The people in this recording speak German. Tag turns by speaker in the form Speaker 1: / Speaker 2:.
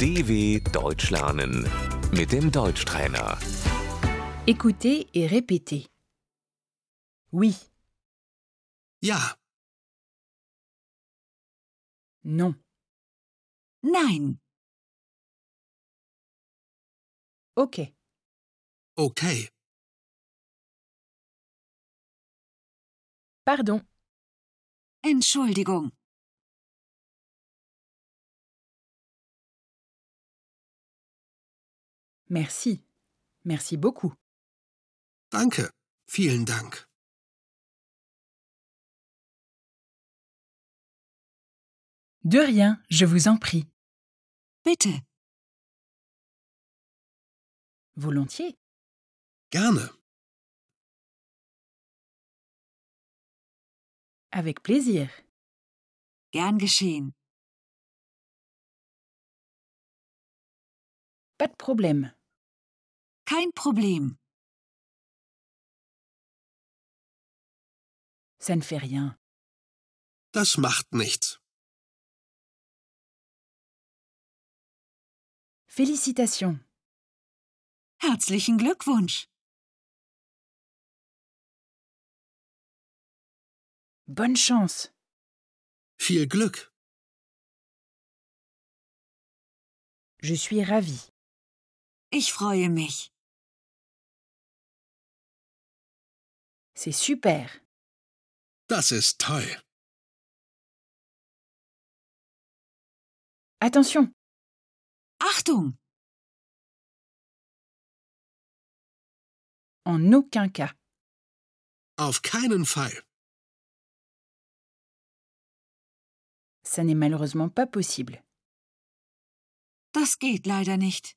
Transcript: Speaker 1: DW Deutsch lernen mit dem Deutschtrainer.
Speaker 2: Écoutez et répétez. Oui,
Speaker 3: Ja,
Speaker 2: non,
Speaker 4: Nein,
Speaker 2: ok,
Speaker 3: okay,
Speaker 2: pardon,
Speaker 4: Entschuldigung,
Speaker 2: merci, merci beaucoup.
Speaker 3: danke, vielen Dank.
Speaker 2: De rien, je vous en prie.
Speaker 4: bitte.
Speaker 2: Volontiers.
Speaker 3: Gerne,
Speaker 2: Avec plaisir.
Speaker 4: Gern geschehen.
Speaker 2: Pas de problème.
Speaker 4: Kein Problem.
Speaker 2: Ça ne fait rien.
Speaker 3: das macht nichts.
Speaker 2: Félicitations.
Speaker 4: Herzlichen Glückwunsch.
Speaker 2: Bonne chance.
Speaker 3: Viel Glück.
Speaker 2: Je suis ravie.
Speaker 4: Ich freue mich.
Speaker 2: C'est super.
Speaker 3: Das ist toll.
Speaker 2: Attention,
Speaker 4: Achtung,
Speaker 2: en aucun cas.
Speaker 3: Auf keinen Fall.
Speaker 2: Ça n'est malheureusement pas possible.
Speaker 4: das geht leider nicht.